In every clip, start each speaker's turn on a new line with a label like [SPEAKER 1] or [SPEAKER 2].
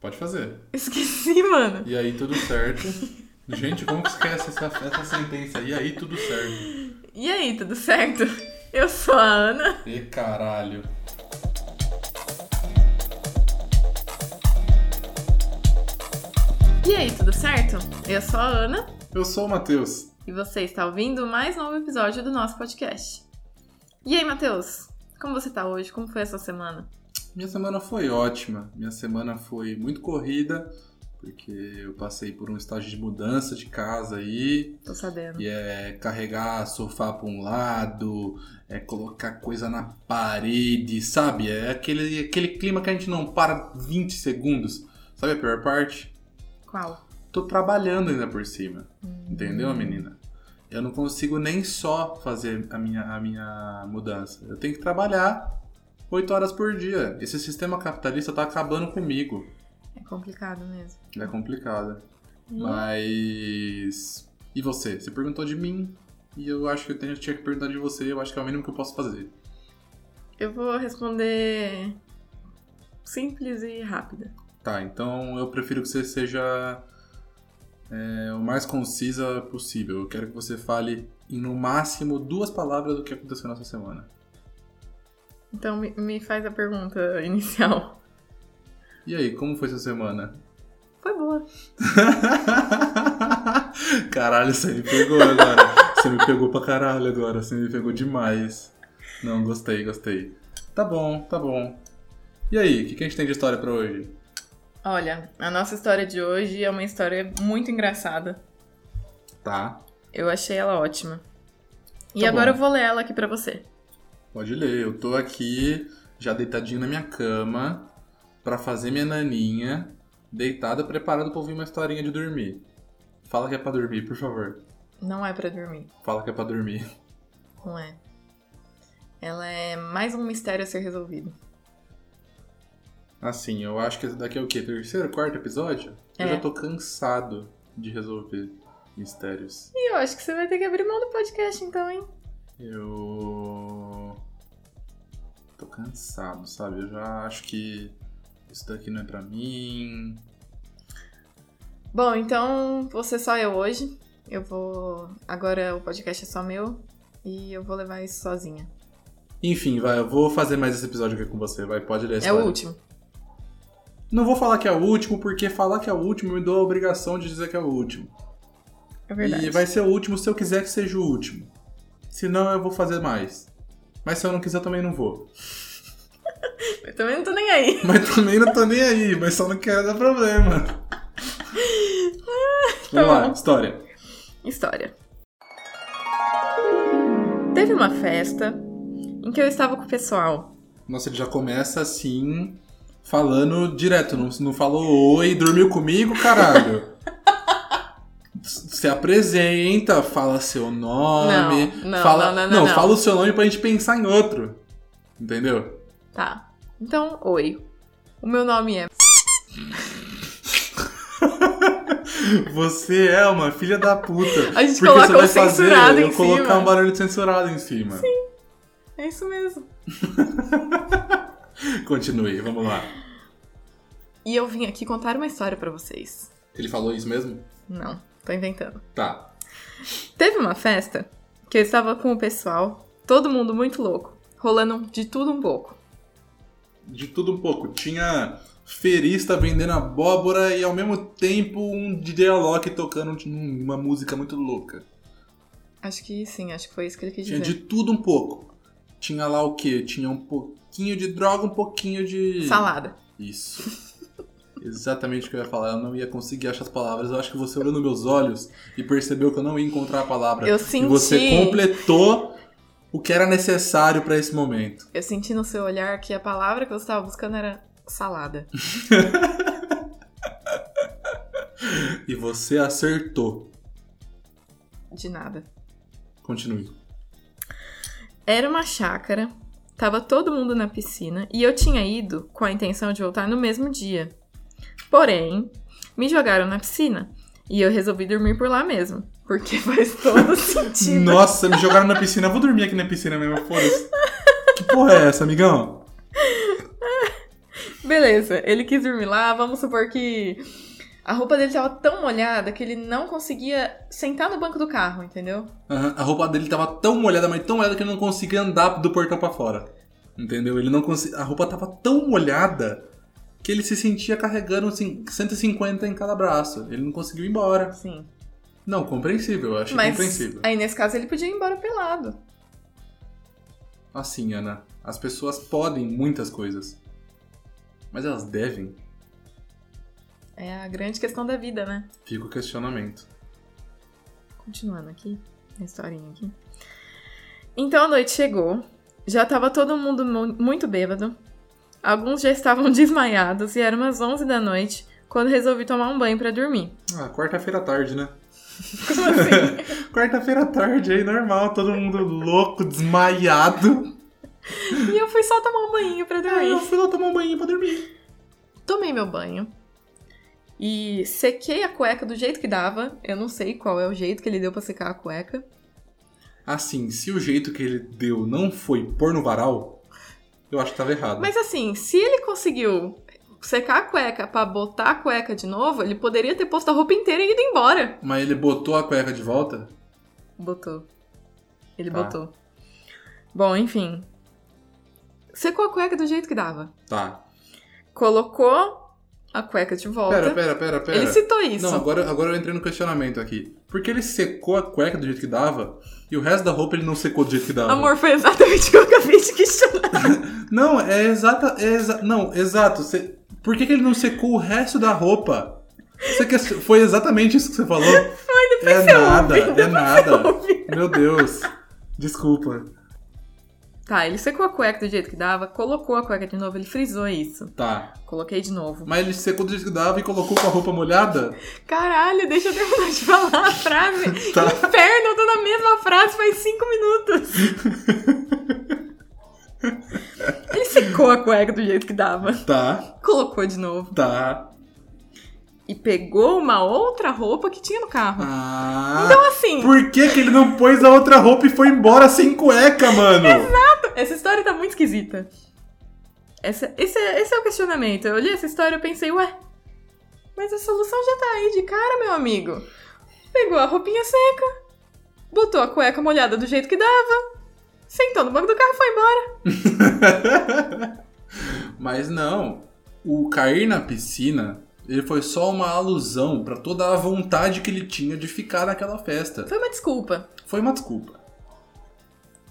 [SPEAKER 1] Pode fazer.
[SPEAKER 2] Esqueci, mano.
[SPEAKER 1] E aí tudo certo. Gente, como que esquece essa, essa sentença? E aí tudo certo.
[SPEAKER 2] E aí, tudo certo? Eu sou a Ana.
[SPEAKER 1] E caralho.
[SPEAKER 2] E aí, tudo certo? Eu sou a Ana
[SPEAKER 1] Eu sou o Matheus.
[SPEAKER 2] e você está ouvindo mais um novo episódio do nosso podcast. E aí, Matheus? Como você tá hoje? Como foi essa semana?
[SPEAKER 1] Minha semana foi ótima. Minha semana foi muito corrida, porque eu passei por um estágio de mudança de casa aí.
[SPEAKER 2] Tô sabendo.
[SPEAKER 1] E é carregar sofá pra um lado, é colocar coisa na parede, sabe? É aquele, aquele clima que a gente não para 20 segundos. Sabe a pior parte?
[SPEAKER 2] Qual?
[SPEAKER 1] tô trabalhando ainda por cima. Entendeu, menina? Eu não consigo nem só fazer a minha, a minha mudança. Eu tenho que trabalhar 8 horas por dia. Esse sistema capitalista tá acabando comigo.
[SPEAKER 2] É complicado mesmo.
[SPEAKER 1] É complicado.
[SPEAKER 2] Hum,
[SPEAKER 1] Mas. E você? Você perguntou de mim. E eu acho que eu tenho- tinha que perguntar de você. Eu acho que é o mínimo que eu posso fazer.
[SPEAKER 2] Eu vou responder simples e rápida.
[SPEAKER 1] Tá, então eu prefiro que você seja é, o mais concisa possível. Eu quero que você fale em no máximo duas palavras do que aconteceu nessa semana.
[SPEAKER 2] Então me, me faz a pergunta inicial.
[SPEAKER 1] E aí, como foi sua semana?
[SPEAKER 2] Foi boa.
[SPEAKER 1] caralho, você me pegou agora. Você me pegou pra caralho agora. Você me pegou demais. Não, gostei, gostei. Tá bom, tá bom. E aí, o que, que a gente tem de história pra hoje?
[SPEAKER 2] Olha, a nossa história de hoje é uma história muito engraçada.
[SPEAKER 1] Tá,
[SPEAKER 2] Eu achei ela ótima. E
[SPEAKER 1] Tá
[SPEAKER 2] agora
[SPEAKER 1] bom.
[SPEAKER 2] eu vou ler ela aqui pra você.
[SPEAKER 1] Pode ler, eu tô aqui, já deitadinho na minha cama, pra fazer minha naninha, deitada, preparado pra ouvir uma historinha de dormir. Fala que é pra dormir, por favor.
[SPEAKER 2] Não é pra dormir,
[SPEAKER 1] Fala que é pra dormir.
[SPEAKER 2] não é. Ela é mais um mistério a ser resolvido.
[SPEAKER 1] Assim, eu acho que esse daqui é o quê? Terceiro, quarto episódio? Eu
[SPEAKER 2] É.
[SPEAKER 1] já tô cansado de resolver mistérios.
[SPEAKER 2] E eu acho que você vai ter que abrir mão do podcast então, hein?
[SPEAKER 1] Eu. tô cansado, sabe? Eu já acho que isso daqui não é pra mim.
[SPEAKER 2] Bom, então você só eu hoje. Eu vou. Agora o podcast é só meu e eu vou levar isso sozinha.
[SPEAKER 1] Enfim, vai, eu vou fazer mais esse episódio aqui com você, vai, pode ler a
[SPEAKER 2] é o
[SPEAKER 1] história.
[SPEAKER 2] último.
[SPEAKER 1] Não vou falar que é o último, porque falar que é o último me dou a obrigação de dizer que é o último.
[SPEAKER 2] É verdade.
[SPEAKER 1] E vai ser o último se eu quiser que seja o último. Se não, eu vou fazer mais. Mas se eu não quiser, eu também não vou.
[SPEAKER 2] Eu também não tô nem aí.
[SPEAKER 1] Mas também não tô nem aí, mas só não quero dar problema. Vamos lá,
[SPEAKER 2] Ah, tá bom.
[SPEAKER 1] história.
[SPEAKER 2] História. Teve uma festa em que eu estava com o pessoal.
[SPEAKER 1] Nossa, ele já começa assim, falando direto. Não, não falou oi, dormiu comigo, caralho. Se apresenta, fala seu nome.
[SPEAKER 2] Não, não,
[SPEAKER 1] fala,
[SPEAKER 2] não, não, não, não.
[SPEAKER 1] fala o seu nome pra gente pensar em outro. Entendeu?
[SPEAKER 2] Tá. Então, oi. O meu nome é.
[SPEAKER 1] Você é uma filha da puta.
[SPEAKER 2] A gente
[SPEAKER 1] Porque
[SPEAKER 2] coloca
[SPEAKER 1] você
[SPEAKER 2] um
[SPEAKER 1] vai fazer
[SPEAKER 2] censurado
[SPEAKER 1] eu
[SPEAKER 2] em
[SPEAKER 1] colocar
[SPEAKER 2] cima.
[SPEAKER 1] um barulho censurado em cima.
[SPEAKER 2] É isso mesmo.
[SPEAKER 1] Continue, vamos lá.
[SPEAKER 2] E eu vim aqui contar uma história pra vocês.
[SPEAKER 1] Ele falou isso mesmo?
[SPEAKER 2] Não, tô inventando.
[SPEAKER 1] Tá.
[SPEAKER 2] Teve uma festa que eu estava com o pessoal, todo mundo muito louco, rolando de tudo um pouco.
[SPEAKER 1] De tudo um pouco. Tinha ferista vendendo abóbora e ao mesmo tempo um DJ Alok tocando uma música muito louca.
[SPEAKER 2] Acho que sim, acho que foi isso que ele quis
[SPEAKER 1] Tinha
[SPEAKER 2] dizer.
[SPEAKER 1] de tudo um pouco. Tinha lá o quê? Tinha um pouquinho de droga, um pouquinho de.
[SPEAKER 2] Salada.
[SPEAKER 1] Isso. Exatamente o que eu ia falar. Eu não ia conseguir achar as palavras. Eu acho que você olhou nos meus olhos e percebeu que eu não ia encontrar a palavra.
[SPEAKER 2] Eu
[SPEAKER 1] E
[SPEAKER 2] senti.
[SPEAKER 1] você completou o que era necessário pra esse momento.
[SPEAKER 2] Eu senti no seu olhar que a palavra que você estava buscando era salada.
[SPEAKER 1] E você acertou.
[SPEAKER 2] De nada.
[SPEAKER 1] Continue.
[SPEAKER 2] Era uma chácara, tava todo mundo na piscina e eu tinha ido com a intenção de voltar no mesmo dia. Porém, me jogaram na piscina e eu resolvi dormir por lá mesmo, porque faz todo sentido.
[SPEAKER 1] Nossa, me jogaram na piscina. Eu vou dormir aqui na piscina mesmo, foda-se. Que porra é essa, amigão?
[SPEAKER 2] Beleza, ele quis dormir lá, vamos supor que a roupa dele tava tão molhada que ele não conseguia sentar no banco do carro, entendeu?
[SPEAKER 1] Aham, A roupa dele tava tão molhada, mas tão molhada que ele não conseguia andar do portão pra fora. Entendeu? Ele não conseguia. A roupa tava tão molhada que ele se sentia carregando assim, 150 em cada braço. Ele não conseguiu ir embora.
[SPEAKER 2] Sim.
[SPEAKER 1] Não, compreensível, eu acho
[SPEAKER 2] Assim, Mas
[SPEAKER 1] é compreensível.
[SPEAKER 2] aí nesse caso ele podia ir embora pelado.
[SPEAKER 1] Assim, Ana, as pessoas podem muitas coisas. Mas elas devem.
[SPEAKER 2] É a grande questão da vida, né?
[SPEAKER 1] Fica o questionamento.
[SPEAKER 2] Continuando aqui, na historinha aqui. Então a noite chegou, já tava todo mundo mu- muito bêbado. Alguns já estavam desmaiados e eram umas 11 da noite quando resolvi tomar um banho pra dormir.
[SPEAKER 1] Ah, quarta-feira à tarde, né?
[SPEAKER 2] Como assim?
[SPEAKER 1] Quarta-feira à tarde aí, normal, todo mundo louco, desmaiado.
[SPEAKER 2] e eu fui só tomar um banho pra
[SPEAKER 1] Aí eu
[SPEAKER 2] dormir.
[SPEAKER 1] fui lá tomar um banho pra dormir.
[SPEAKER 2] Tomei meu banho e sequei a cueca do jeito que dava. Eu não sei qual é o jeito que ele deu pra secar a cueca.
[SPEAKER 1] Assim, se o jeito que ele deu não foi pôr no varal, eu acho que tava errado.
[SPEAKER 2] Mas assim, se ele conseguiu secar a cueca pra botar a cueca de novo, ele poderia ter posto a roupa inteira e ido embora.
[SPEAKER 1] Mas ele botou a cueca de volta?
[SPEAKER 2] Botou. Ele
[SPEAKER 1] Tá.
[SPEAKER 2] botou. Bom, enfim. Secou a cueca do jeito que dava.
[SPEAKER 1] Tá.
[SPEAKER 2] Colocou a cueca de volta.
[SPEAKER 1] Pera, pera, pera, pera.
[SPEAKER 2] Ele citou isso.
[SPEAKER 1] Não, agora, agora eu entrei no questionamento aqui. Por que ele secou a cueca do jeito que dava e o resto da roupa ele não secou do jeito que dava?
[SPEAKER 2] Amor, foi exatamente o que eu acabei de questionar.
[SPEAKER 1] Não, é exata. É exa... Não, exato. Você- Por que, que ele não secou o resto da roupa? Você que... Foi exatamente isso que você falou? é
[SPEAKER 2] você
[SPEAKER 1] nada,
[SPEAKER 2] ouve,
[SPEAKER 1] é nada. Meu Deus. Desculpa.
[SPEAKER 2] Tá, ele secou a cueca do jeito que dava, colocou a cueca de novo, ele frisou isso.
[SPEAKER 1] Tá.
[SPEAKER 2] Coloquei de novo.
[SPEAKER 1] Mas ele secou do jeito que dava e colocou com a roupa molhada?
[SPEAKER 2] Caralho, deixa eu terminar de falar a frase.
[SPEAKER 1] Tá.
[SPEAKER 2] Inferno, eu tô na mesma frase faz cinco minutos. ele secou a cueca do jeito que dava.
[SPEAKER 1] Tá,
[SPEAKER 2] colocou de novo
[SPEAKER 1] tá.
[SPEAKER 2] e pegou uma outra roupa que tinha no carro.
[SPEAKER 1] Ah.
[SPEAKER 2] Então, assim,
[SPEAKER 1] Por que, que ele não pôs a outra roupa e foi embora sem cueca, mano?
[SPEAKER 2] essa história tá muito esquisita. Essa, esse, é, esse é o questionamento. Eu olhei essa história e eu pensei, ué, mas a solução já tá aí de cara, meu amigo. Pegou a roupinha seca, botou a cueca molhada do jeito que dava, sentou no banco do carro e foi embora.
[SPEAKER 1] Mas não, o cair na piscina, ele foi só uma alusão pra toda a vontade que ele tinha de ficar naquela festa.
[SPEAKER 2] Foi uma desculpa.
[SPEAKER 1] Foi uma desculpa.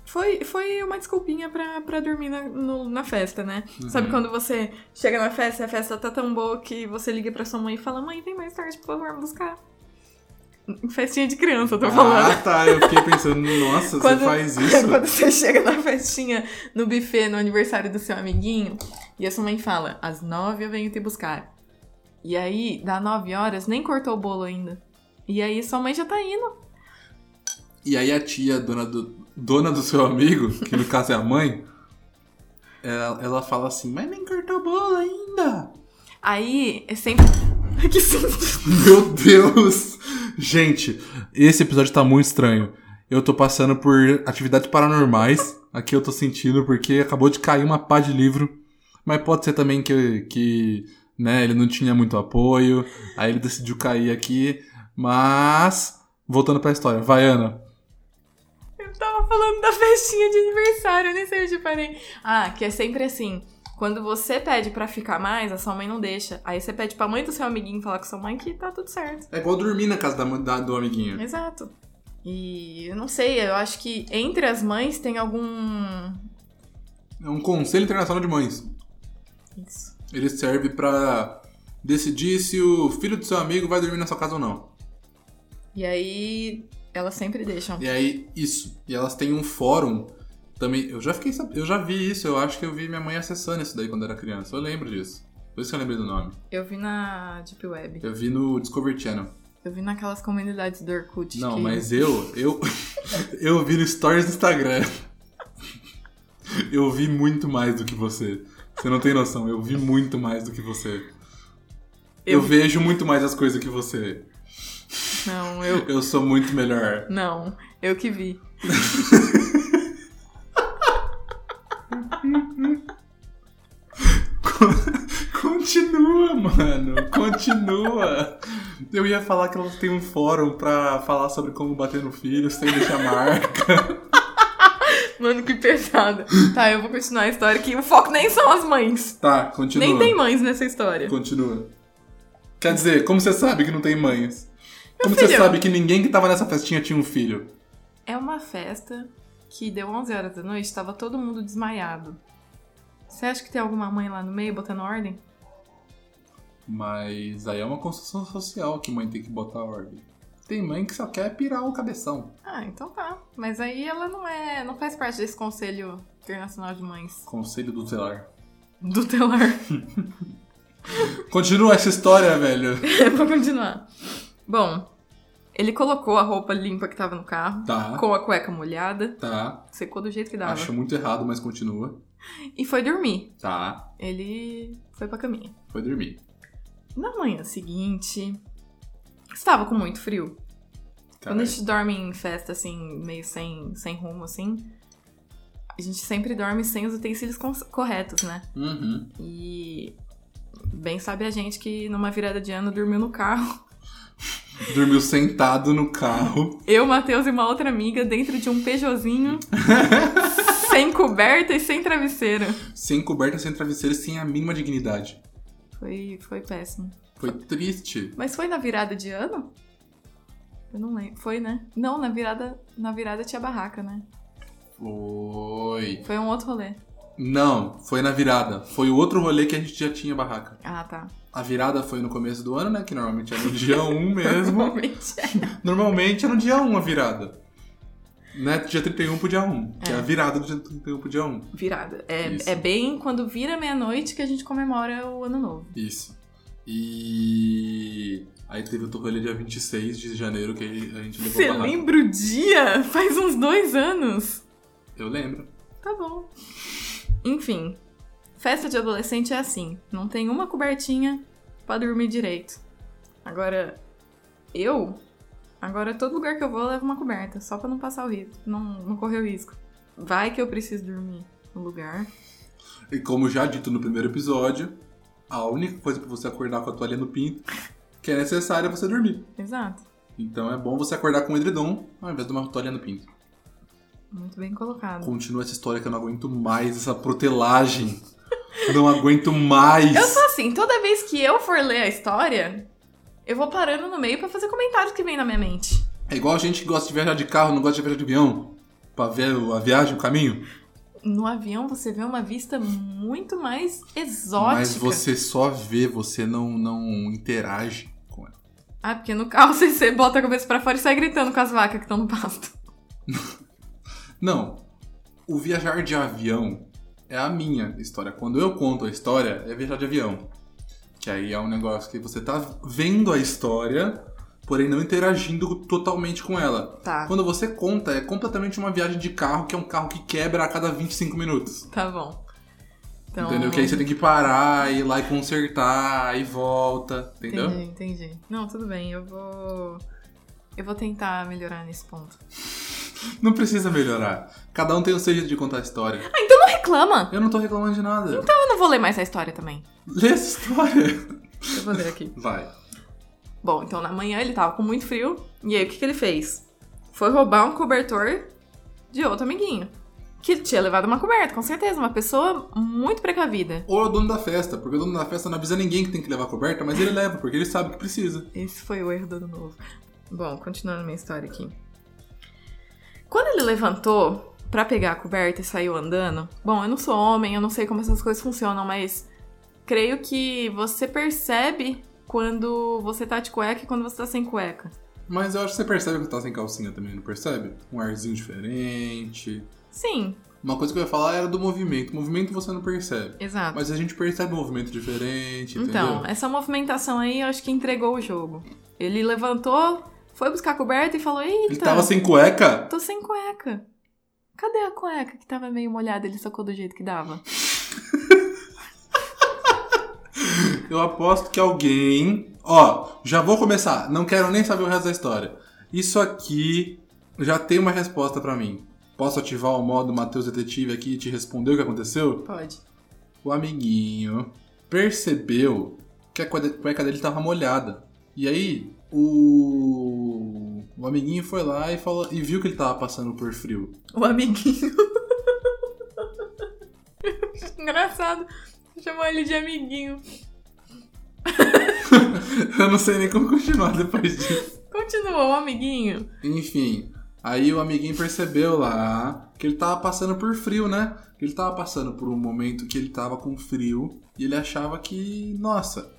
[SPEAKER 2] Foi, foi uma desculpinha pra, pra dormir na, no- na festa, né?
[SPEAKER 1] Uhum.
[SPEAKER 2] Sabe quando você chega na festa e a festa tá tão boa que você liga pra sua mãe e fala: Mãe, vem mais tarde, por favor, me buscar. Festinha de criança, eu tô falando.
[SPEAKER 1] Ah, tá, eu fiquei pensando, nossa, você faz isso?
[SPEAKER 2] quando você chega na festinha, no buffet, no aniversário do seu amiguinho, e a sua mãe fala: Às nove eu venho te buscar. E aí, dá nove horas, nem cortou o bolo ainda. E aí, sua mãe já tá indo.
[SPEAKER 1] E aí a tia, dona do, dona do seu amigo, que no caso é a mãe, ela, ela fala assim, mas nem cortou bolo ainda.
[SPEAKER 2] Aí, é sempre. que susto!
[SPEAKER 1] Meu Deus! Gente, esse episódio tá muito estranho. Eu tô passando por atividades paranormais. Aqui eu tô sentindo porque acabou de cair uma pá de livro. Mas pode ser também que, que né, ele não tinha muito apoio. Aí ele decidiu cair aqui. Mas, voltando pra história. Vai, Ana.
[SPEAKER 2] Eu tava falando da festinha de aniversário, eu nem sei onde eu parei. Ah, que é sempre assim. Quando você pede pra ficar mais, a sua mãe não deixa. Aí você pede pra mãe do seu amiguinho falar com sua mãe que tá tudo certo.
[SPEAKER 1] É igual dormir na casa da, mãe- da- do amiguinho.
[SPEAKER 2] Exato. E eu não sei, eu acho que entre as mães tem algum.
[SPEAKER 1] É um conselho internacional de mães.
[SPEAKER 2] Isso.
[SPEAKER 1] Ele serve pra decidir se o filho do seu amigo vai dormir na sua casa ou não.
[SPEAKER 2] E aí elas sempre deixam.
[SPEAKER 1] E aí, isso. E elas têm um fórum também. Eu já fiquei sabendo. Eu já vi isso. Eu acho que eu vi minha mãe acessando isso daí quando era criança. Eu lembro disso. Por isso que eu lembrei do nome.
[SPEAKER 2] Eu vi na Deep Web.
[SPEAKER 1] Eu vi no Discovery Channel. Eu
[SPEAKER 2] Eu vi naquelas comunidades do Orkut.
[SPEAKER 1] Não,
[SPEAKER 2] que-
[SPEAKER 1] mas eu. Eu, eu vi no Stories do Instagram. Eu vi muito mais do que você. Você não tem noção. Eu vi muito mais do que você. Eu,
[SPEAKER 2] Eu-
[SPEAKER 1] vejo muito mais as coisas que você.
[SPEAKER 2] Não, eu.
[SPEAKER 1] Eu sou muito melhor.
[SPEAKER 2] Não, eu que vi.
[SPEAKER 1] Continua, mano. Continua. Eu ia falar que elas têm um fórum pra falar sobre como bater no filho sem deixar marca.
[SPEAKER 2] Mano, que pesada. Tá, eu vou continuar a história que o foco nem são as mães.
[SPEAKER 1] Tá, continua.
[SPEAKER 2] Nem tem mães nessa história.
[SPEAKER 1] Continua. Quer dizer, como você sabe que não tem mães? Como você
[SPEAKER 2] filho-
[SPEAKER 1] sabe que ninguém que tava nessa festinha tinha um filho?
[SPEAKER 2] É uma festa que deu 11 horas da noite, tava todo mundo desmaiado. Você acha que tem alguma mãe lá no meio botando ordem?
[SPEAKER 1] Mas aí é uma construção social que mãe tem que botar ordem. Tem mãe que só quer pirar o cabeção.
[SPEAKER 2] Ah, então tá. Mas aí ela não é, não faz parte desse Conselho Internacional de Mães
[SPEAKER 1] Conselho do telar.
[SPEAKER 2] do telar.
[SPEAKER 1] Continua essa história, velho.
[SPEAKER 2] É, Vou continuar. Bom, ele colocou a roupa limpa que tava no carro,
[SPEAKER 1] Tá,
[SPEAKER 2] com a cueca molhada,
[SPEAKER 1] tá.
[SPEAKER 2] secou do jeito que dava,
[SPEAKER 1] Acho muito errado, mas continua.
[SPEAKER 2] e foi dormir.
[SPEAKER 1] Tá,
[SPEAKER 2] Ele foi pra caminha.
[SPEAKER 1] foi dormir.
[SPEAKER 2] Na manhã seguinte, estava com muito frio. Quando a
[SPEAKER 1] Caralho.
[SPEAKER 2] gente dorme em festa, assim, meio sem, sem rumo, assim, a gente sempre dorme sem os utensílios cons- corretos, né?
[SPEAKER 1] Uhum.
[SPEAKER 2] E bem sabe a gente que numa virada de ano dormiu no carro.
[SPEAKER 1] Dormiu sentado no carro.
[SPEAKER 2] Eu, Matheus e uma outra amiga dentro de um Peugeotzinho, sem coberta e sem travesseiro.
[SPEAKER 1] Sem coberta, sem travesseiro, sem a mínima dignidade.
[SPEAKER 2] Foi, foi péssimo.
[SPEAKER 1] Foi triste.
[SPEAKER 2] Mas foi na virada de ano? Eu não lembro. Foi, né? Não, na virada, na virada tinha barraca, né?
[SPEAKER 1] Foi.
[SPEAKER 2] Foi um outro rolê.
[SPEAKER 1] Não, foi na virada. Foi o outro rolê que a gente já tinha barraca.
[SPEAKER 2] Ah, tá.
[SPEAKER 1] A virada foi no começo do ano, né? Que normalmente é no dia 1 mesmo.
[SPEAKER 2] Realmente.
[SPEAKER 1] Normalmente é no dia 1 a virada. Né? Dia 31 pro dia 1. Que é a virada do dia 31 pro dia 1.
[SPEAKER 2] Virada.
[SPEAKER 1] Isso.
[SPEAKER 2] É, é bem quando vira meia-noite que a gente comemora o ano novo.
[SPEAKER 1] Isso. E. Aí teve outro rolê dia 26 de janeiro que a gente levou
[SPEAKER 2] Você
[SPEAKER 1] barraca.
[SPEAKER 2] lembra o dia? Faz uns dois anos.
[SPEAKER 1] Eu lembro.
[SPEAKER 2] Tá bom. Enfim, festa de adolescente é assim. Não tem uma cobertinha pra dormir direito. Agora, eu... Agora, todo lugar que eu vou, eu levo uma coberta. Só pra não passar o risco. Não, não correr o risco. Vai que eu preciso dormir no lugar.
[SPEAKER 1] E como já dito no primeiro episódio, a única coisa pra você acordar com a toalha no pinto que é necessária é você dormir.
[SPEAKER 2] Exato.
[SPEAKER 1] Então é bom você acordar com um edredom ao invés de uma toalha no pinto.
[SPEAKER 2] Muito bem colocado.
[SPEAKER 1] Continua essa história que eu não aguento mais, essa protelagem. não aguento mais.
[SPEAKER 2] Eu sou assim, toda vez que eu for ler a história, eu vou parando no meio pra fazer comentários que vem na minha mente.
[SPEAKER 1] É igual a gente que gosta de viajar de carro, não gosta de viajar de avião. Pra ver o- a viagem, o caminho.
[SPEAKER 2] No avião você vê uma vista muito mais exótica.
[SPEAKER 1] Mas você só vê, você não, não interage com ela.
[SPEAKER 2] Ah, porque no carro você, você bota a cabeça pra fora e sai gritando com as vacas que estão no pasto.
[SPEAKER 1] Não. O viajar de avião é a minha história. Quando eu conto a história, é viajar de avião. Que aí é um negócio que você tá vendo a história, porém não interagindo totalmente com ela.
[SPEAKER 2] Tá.
[SPEAKER 1] Quando você conta, é completamente uma viagem de carro, que é um carro que quebra a cada 25 minutos.
[SPEAKER 2] Tá bom. Então,
[SPEAKER 1] Entendeu? Que é aí você tem que parar, ir lá e consertar, e volta. Entendeu?
[SPEAKER 2] Entendi, entendi. Não, tudo bem, eu vou. Eu vou tentar melhorar nesse ponto.
[SPEAKER 1] Não precisa melhorar. Cada um tem o seu jeito de contar a história.
[SPEAKER 2] Ah, então não reclama!
[SPEAKER 1] Eu não tô reclamando de nada.
[SPEAKER 2] Então Eu não vou ler mais a história também.
[SPEAKER 1] Lê essa história.
[SPEAKER 2] Eu vou ler aqui.
[SPEAKER 1] Vai.
[SPEAKER 2] bom, então na manhã ele tava com muito frio. E aí o que, que ele fez? Foi roubar um cobertor de outro amiguinho. Que tinha levado uma coberta, com certeza. Uma pessoa muito precavida.
[SPEAKER 1] Ou é o dono da festa, porque o dono da festa não avisa ninguém que tem que levar coberta, mas ele leva, porque ele sabe que precisa.
[SPEAKER 2] Esse foi o erro do ano novo. Bom, continuando minha história aqui. Quando ele levantou pra pegar a coberta e saiu andando, bom, eu não sou homem, eu não sei como essas coisas funcionam, mas creio que você percebe quando você tá de cueca e quando você tá sem cueca.
[SPEAKER 1] Mas eu acho que você percebe que tá sem calcinha também, não percebe? Um arzinho diferente.
[SPEAKER 2] Sim,
[SPEAKER 1] Uma coisa que eu ia falar era do movimento. O movimento você não percebe.
[SPEAKER 2] exato.
[SPEAKER 1] Mas a gente percebe um movimento diferente,
[SPEAKER 2] então,
[SPEAKER 1] entendeu?
[SPEAKER 2] essa movimentação aí eu acho que entregou o jogo. Ele levantou, foi buscar a coberta e falou: Eita,
[SPEAKER 1] Ele tava sem cueca?
[SPEAKER 2] tô sem cueca. Cadê a cueca que tava meio molhada? Ele sacou do jeito que dava.
[SPEAKER 1] Eu aposto que alguém. Ó, já vou começar. Não quero nem saber o resto da história. Isso aqui já tem uma resposta pra mim. Posso ativar o modo Matheus Detetive aqui e te responder o que aconteceu?
[SPEAKER 2] Pode.
[SPEAKER 1] O amiguinho percebeu que a cueca cueca dele tava molhada. E aí, o, o amiguinho foi lá e, falou, e viu que ele tava passando por frio.
[SPEAKER 2] O amiguinho. Engraçado. Chamou ele de amiguinho.
[SPEAKER 1] Eu não sei nem como continuar depois disso.
[SPEAKER 2] Continua, o amiguinho.
[SPEAKER 1] Enfim, aí o amiguinho percebeu lá que ele tava passando por frio, né? Que ele tava passando por um momento que ele tava com frio e ele achava que, nossa,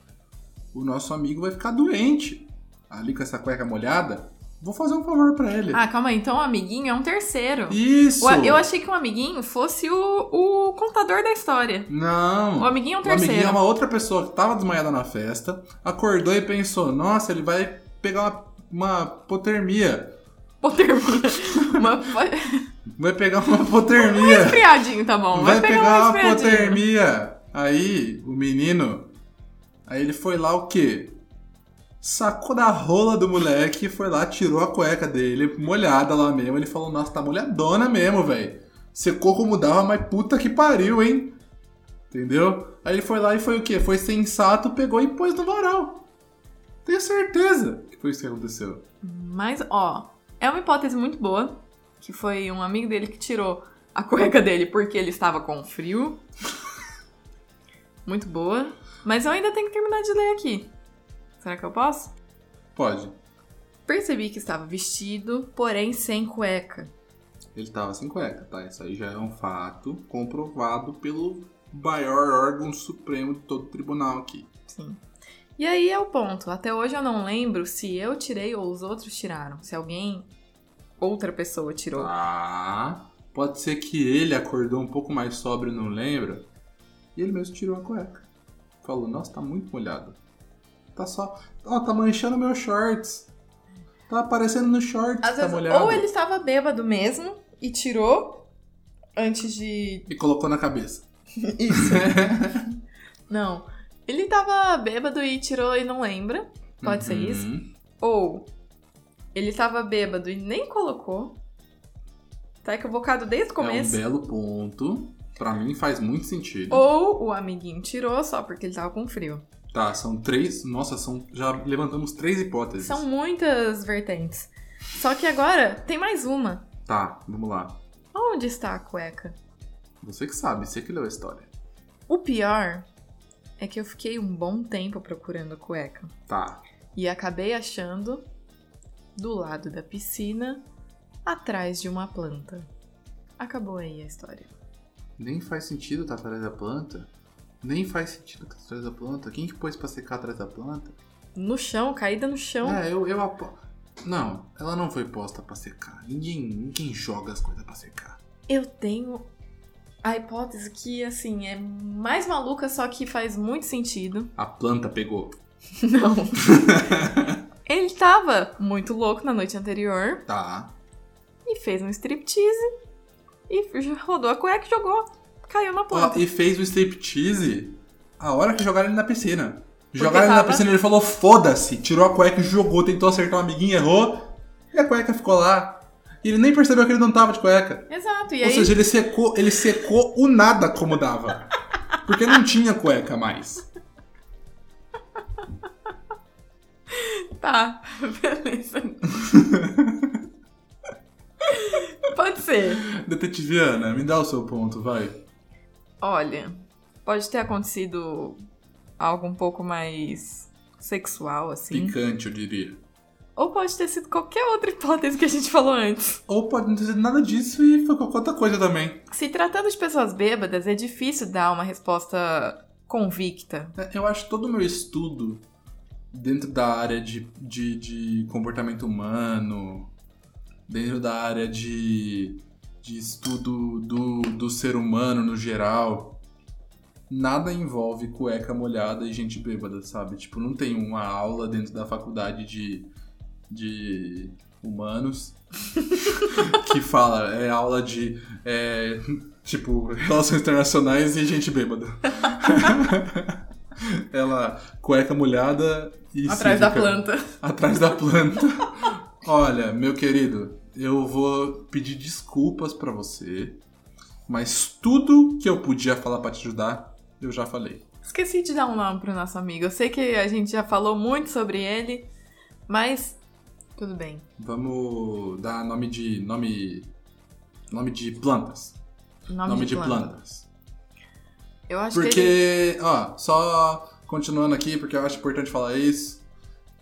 [SPEAKER 1] o nosso amigo vai ficar doente ali com essa cueca molhada. Vou fazer um favor pra ele.
[SPEAKER 2] Ah, calma aí. Então o amiguinho é um terceiro.
[SPEAKER 1] Isso!
[SPEAKER 2] O a- Eu achei que o amiguinho fosse o, o contador da história.
[SPEAKER 1] Não!
[SPEAKER 2] O amiguinho é um
[SPEAKER 1] O amiguinho é
[SPEAKER 2] terceiro.
[SPEAKER 1] uma outra pessoa que tava desmaiada na festa, acordou e pensou, nossa, ele vai pegar uma, uma hipotermia.
[SPEAKER 2] Hipotermia. Uma...
[SPEAKER 1] Vai pegar uma hipotermia.
[SPEAKER 2] Esfriadinho, tá bom.
[SPEAKER 1] vai pegar uma
[SPEAKER 2] esfriadinho.
[SPEAKER 1] hipotermia. Aí, o menino, aí ele foi lá o quê? Sacou da rola do moleque, foi lá, tirou a cueca dele, molhada lá mesmo. Ele falou, nossa, tá molhadona mesmo, velho. Secou como dava, mas puta que pariu, hein? Entendeu? Aí ele foi lá e foi o quê? Foi sensato, pegou e pôs no varal. Tenho certeza que foi isso que aconteceu.
[SPEAKER 2] Mas, ó, é uma hipótese muito boa. Que foi um amigo dele que tirou a cueca dele porque ele estava com frio. Muito boa. Mas eu ainda tenho que terminar de ler aqui. Será que eu posso?
[SPEAKER 1] Pode.
[SPEAKER 2] Percebi que estava vestido, porém sem cueca.
[SPEAKER 1] Ele tava sem cueca, tá? Isso aí já é um fato comprovado pelo maior órgão supremo de todo o tribunal aqui.
[SPEAKER 2] Sim. E aí é o ponto. Até hoje eu não lembro se eu tirei ou os outros tiraram. Se alguém, outra pessoa tirou.
[SPEAKER 1] Tá. Pode ser que ele acordou um pouco mais sóbrio, não lembra? E ele mesmo tirou a cueca. Falou, nossa, tá muito molhado. Tá só. Ó, tá manchando meus shorts. Tá aparecendo no shorts,
[SPEAKER 2] Às
[SPEAKER 1] tá
[SPEAKER 2] vezes,
[SPEAKER 1] molhado.
[SPEAKER 2] ou ele estava bêbado mesmo e tirou antes de.
[SPEAKER 1] E colocou na cabeça.
[SPEAKER 2] Isso. não. Ele estava bêbado e tirou e não lembra. Pode ser
[SPEAKER 1] Uhum.
[SPEAKER 2] isso. Ou ele estava bêbado e nem colocou. Tá equivocado desde o
[SPEAKER 1] É um
[SPEAKER 2] começo.
[SPEAKER 1] belo ponto. Pra mim faz muito sentido.
[SPEAKER 2] Ou o amiguinho tirou só porque ele tava com frio.
[SPEAKER 1] Tá, são três. Nossa, são. Já levantamos três hipóteses.
[SPEAKER 2] São um. muitas vertentes. Só que agora tem mais uma.
[SPEAKER 1] Tá, vamos lá.
[SPEAKER 2] Onde está a cueca?
[SPEAKER 1] Você que sabe, você que leu a história.
[SPEAKER 2] O pior é que eu fiquei um bom tempo procurando a cueca.
[SPEAKER 1] Tá.
[SPEAKER 2] E acabei achando do lado da piscina, atrás de uma planta. Acabou aí a história.
[SPEAKER 1] Nem faz sentido tá atrás da planta. Nem faz sentido tá atrás da planta. Quem que pôs pra secar atrás da planta?
[SPEAKER 2] No chão, caída no chão.
[SPEAKER 1] É, eu, eu apo... Não, ela não foi posta pra secar. Ninguém, ninguém joga as coisas pra secar.
[SPEAKER 2] Eu tenho a hipótese que, assim, é mais maluca, só que faz muito sentido.
[SPEAKER 1] A planta pegou.
[SPEAKER 2] Não. Ele tava muito louco na noite anterior.
[SPEAKER 1] Tá.
[SPEAKER 2] e fez um striptease e j- rodou a cueca e jogou. Caiu na
[SPEAKER 1] Ó,
[SPEAKER 2] planta.
[SPEAKER 1] e fez o striptease a hora que jogaram ele na piscina. Jogaram ele na
[SPEAKER 2] tava-
[SPEAKER 1] piscina, ele falou foda-se, tirou a cueca e jogou, tentou acertar um amiguinho, errou, e a cueca ficou lá. E ele nem percebeu que ele não tava de cueca.
[SPEAKER 2] Exato, e
[SPEAKER 1] Ou
[SPEAKER 2] aí
[SPEAKER 1] seja, ele secou, ele secou o nada como dava. Porque não tinha cueca mais.
[SPEAKER 2] tá, beleza. pode ser.
[SPEAKER 1] Detetiviana, me dá o seu ponto, vai.
[SPEAKER 2] Olha, pode ter acontecido algo um pouco mais sexual, assim.
[SPEAKER 1] Picante, eu diria.
[SPEAKER 2] Ou pode ter sido qualquer outra hipótese que a gente falou antes.
[SPEAKER 1] Ou pode não ter sido nada disso e foi qualquer outra coisa também.
[SPEAKER 2] Se tratando de pessoas bêbadas, é difícil dar uma resposta convicta.
[SPEAKER 1] É, Eu acho todo o meu estudo dentro da área de, de, de comportamento humano, dentro da área de, de estudo do, do ser humano no geral, nada envolve cueca molhada e gente bêbada, sabe? Tipo, não tem uma aula dentro da faculdade de, de humanos que fala, é aula de, é, tipo, relações internacionais e gente bêbada. Ela, cueca molhada e.
[SPEAKER 2] Atrás da
[SPEAKER 1] cívica.
[SPEAKER 2] planta.
[SPEAKER 1] Atrás da planta. Olha, meu querido, eu vou pedir desculpas pra você, mas tudo que eu podia falar pra te ajudar, eu já falei.
[SPEAKER 2] Esqueci de dar um nome pro nosso amigo. Eu sei que a gente já falou muito sobre ele, mas tudo bem.
[SPEAKER 1] Vamos dar nome de. nome. nome de plantas.
[SPEAKER 2] Nome,
[SPEAKER 1] de,
[SPEAKER 2] planta.
[SPEAKER 1] plantas.
[SPEAKER 2] Eu acho que ele...
[SPEAKER 1] Porque, ó, só continuando aqui, porque eu acho importante falar isso.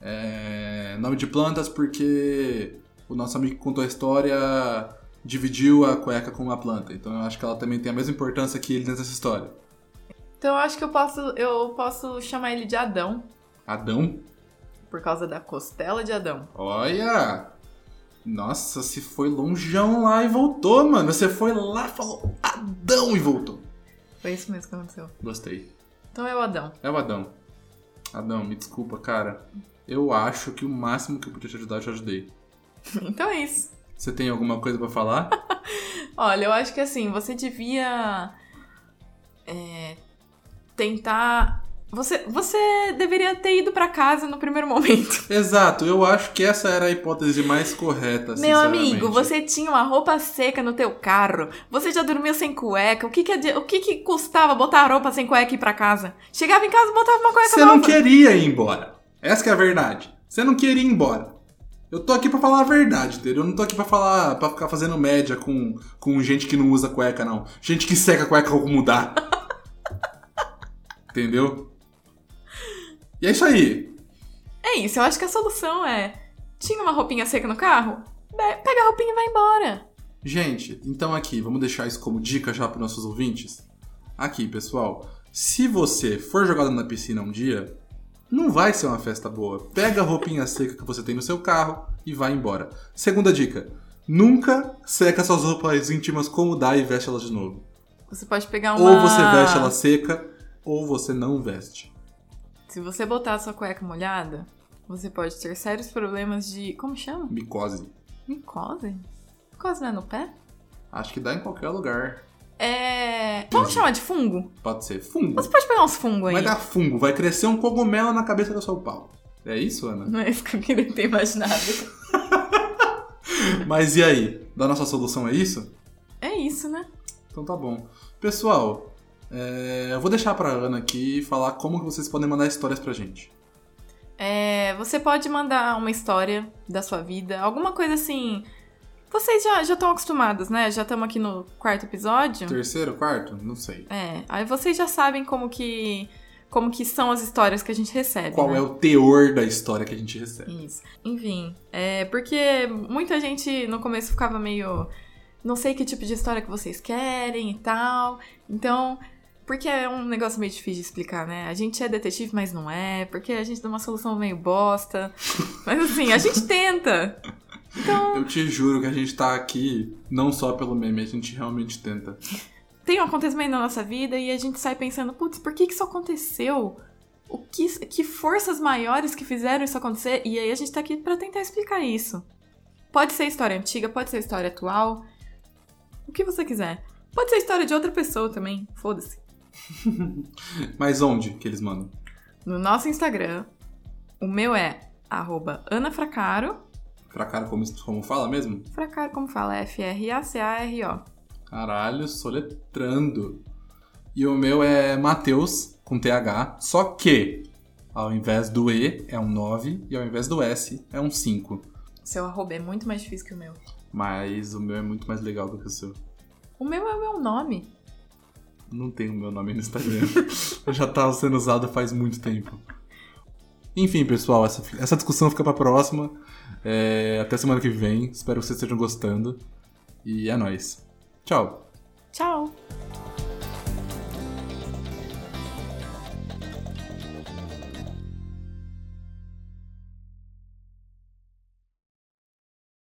[SPEAKER 1] É, nome de plantas, porque o nosso amigo que contou a história dividiu a cueca com uma planta. Então eu acho que ela também tem a mesma importância que ele nessa história.
[SPEAKER 2] Então eu acho que eu posso, eu posso chamar ele de Adão,
[SPEAKER 1] Adão?
[SPEAKER 2] por causa da costela de Adão.
[SPEAKER 1] Olha! Nossa, se foi longeão lá e voltou, mano. Você foi lá, falou Adão e voltou.
[SPEAKER 2] Foi isso mesmo que aconteceu.
[SPEAKER 1] Gostei.
[SPEAKER 2] Então é o Adão.
[SPEAKER 1] É o Adão. Adão, me desculpa, cara. Eu acho que o máximo que eu podia te ajudar, eu te ajudei.
[SPEAKER 2] Então é isso.
[SPEAKER 1] Você tem alguma coisa pra falar?
[SPEAKER 2] Olha, eu acho que assim, você devia é, tentar. Você, você deveria ter ido pra casa no primeiro momento.
[SPEAKER 1] Exato, eu acho que essa era a hipótese mais correta,
[SPEAKER 2] Meu
[SPEAKER 1] sinceramente.
[SPEAKER 2] amigo, você tinha uma roupa seca no teu carro. Você já dormiu sem cueca. O que que, adi- o que, que custava botar a roupa sem cueca e ir pra casa? Chegava em casa e botava uma cueca
[SPEAKER 1] Você
[SPEAKER 2] nova.
[SPEAKER 1] não queria ir embora. Essa que é a verdade. Você não queria ir embora. Eu tô aqui pra falar a verdade, entendeu? Eu não tô aqui pra falar, pra ficar fazendo média com, com gente que não usa cueca, não. Gente que seca a cueca como mudar. entendeu? E é isso aí.
[SPEAKER 2] É isso, eu acho que a solução é. Tinha uma roupinha seca no carro? Be- Pega a roupinha e vai embora.
[SPEAKER 1] Gente, então aqui, vamos deixar isso como dica já para nossos ouvintes? Aqui, pessoal, se você for jogado na piscina um dia, não vai ser uma festa boa. Pega a roupinha seca que você tem no seu carro e vai embora. Segunda dica: nunca seca suas roupas íntimas como dá e veste elas de novo.
[SPEAKER 2] Você pode pegar uma.
[SPEAKER 1] Ou você veste ela seca, ou você não veste.
[SPEAKER 2] Se você botar a sua cueca molhada, você pode ter sérios problemas de. Como chama?
[SPEAKER 1] Micose.
[SPEAKER 2] Micose? Micose não é no pé?
[SPEAKER 1] Acho que dá em qualquer lugar.
[SPEAKER 2] É. Vamos chamar de fungo?
[SPEAKER 1] Pode ser fungo.
[SPEAKER 2] Você pode pegar uns fungos aí.
[SPEAKER 1] Vai dar fungo, vai crescer um cogumelo na cabeça do seu pau. É isso, Ana?
[SPEAKER 2] Não é isso que eu queria ter imaginado.
[SPEAKER 1] Mas e aí? Da nossa solução é isso?
[SPEAKER 2] é isso, né?
[SPEAKER 1] Então tá bom. Pessoal, é, eu vou deixar pra Ana aqui falar como que vocês podem mandar histórias pra gente.
[SPEAKER 2] É, você pode mandar uma história da sua vida, alguma coisa assim. Vocês já já estão acostumados, né? Já estamos aqui no quarto episódio.
[SPEAKER 1] Terceiro, quarto? Não sei.
[SPEAKER 2] É, aí vocês já sabem como que como que são as histórias que a gente recebe.
[SPEAKER 1] Qual
[SPEAKER 2] né?
[SPEAKER 1] é o teor da história que a gente recebe?
[SPEAKER 2] Isso. Enfim, é porque muita gente no começo ficava meio. Não sei que tipo de história que vocês querem e tal. Então. Porque é um negócio meio difícil de explicar, né? A gente é detetive, mas não é. Porque a gente dá uma solução meio bosta. Mas assim, a gente tenta.
[SPEAKER 1] Eu te juro que a gente tá aqui não só pelo meme, a gente realmente tenta.
[SPEAKER 2] Tem um acontecimento na nossa vida e a gente sai pensando: putz, por que que isso aconteceu? O que, que forças maiores que fizeram isso acontecer? E aí a gente tá aqui pra tentar explicar isso. Pode ser história antiga, pode ser história atual. O que você quiser. Pode ser história de outra pessoa também. Foda-se.
[SPEAKER 1] Mas onde que eles mandam?
[SPEAKER 2] No nosso Instagram, o meu é arroba anafracaro.
[SPEAKER 1] Pra cara como, como fala mesmo?
[SPEAKER 2] Fracaro, como fala? F-R-A-C-A-R-O.
[SPEAKER 1] Caralho, soletrando. E o meu é Matheus, com TH, só que ao invés do E é um 9 e ao invés do S é um 5.
[SPEAKER 2] Seu arroba é muito mais difícil que o meu.
[SPEAKER 1] Mas o meu é muito mais legal do que o seu.
[SPEAKER 2] O meu é o meu nome.
[SPEAKER 1] Não tem o meu nome no Instagram. Já tá sendo usado faz muito tempo. Enfim, pessoal, essa, essa discussão fica pra próxima. É, até semana que vem. Espero que vocês estejam gostando. E é nóis. Tchau.
[SPEAKER 2] Tchau!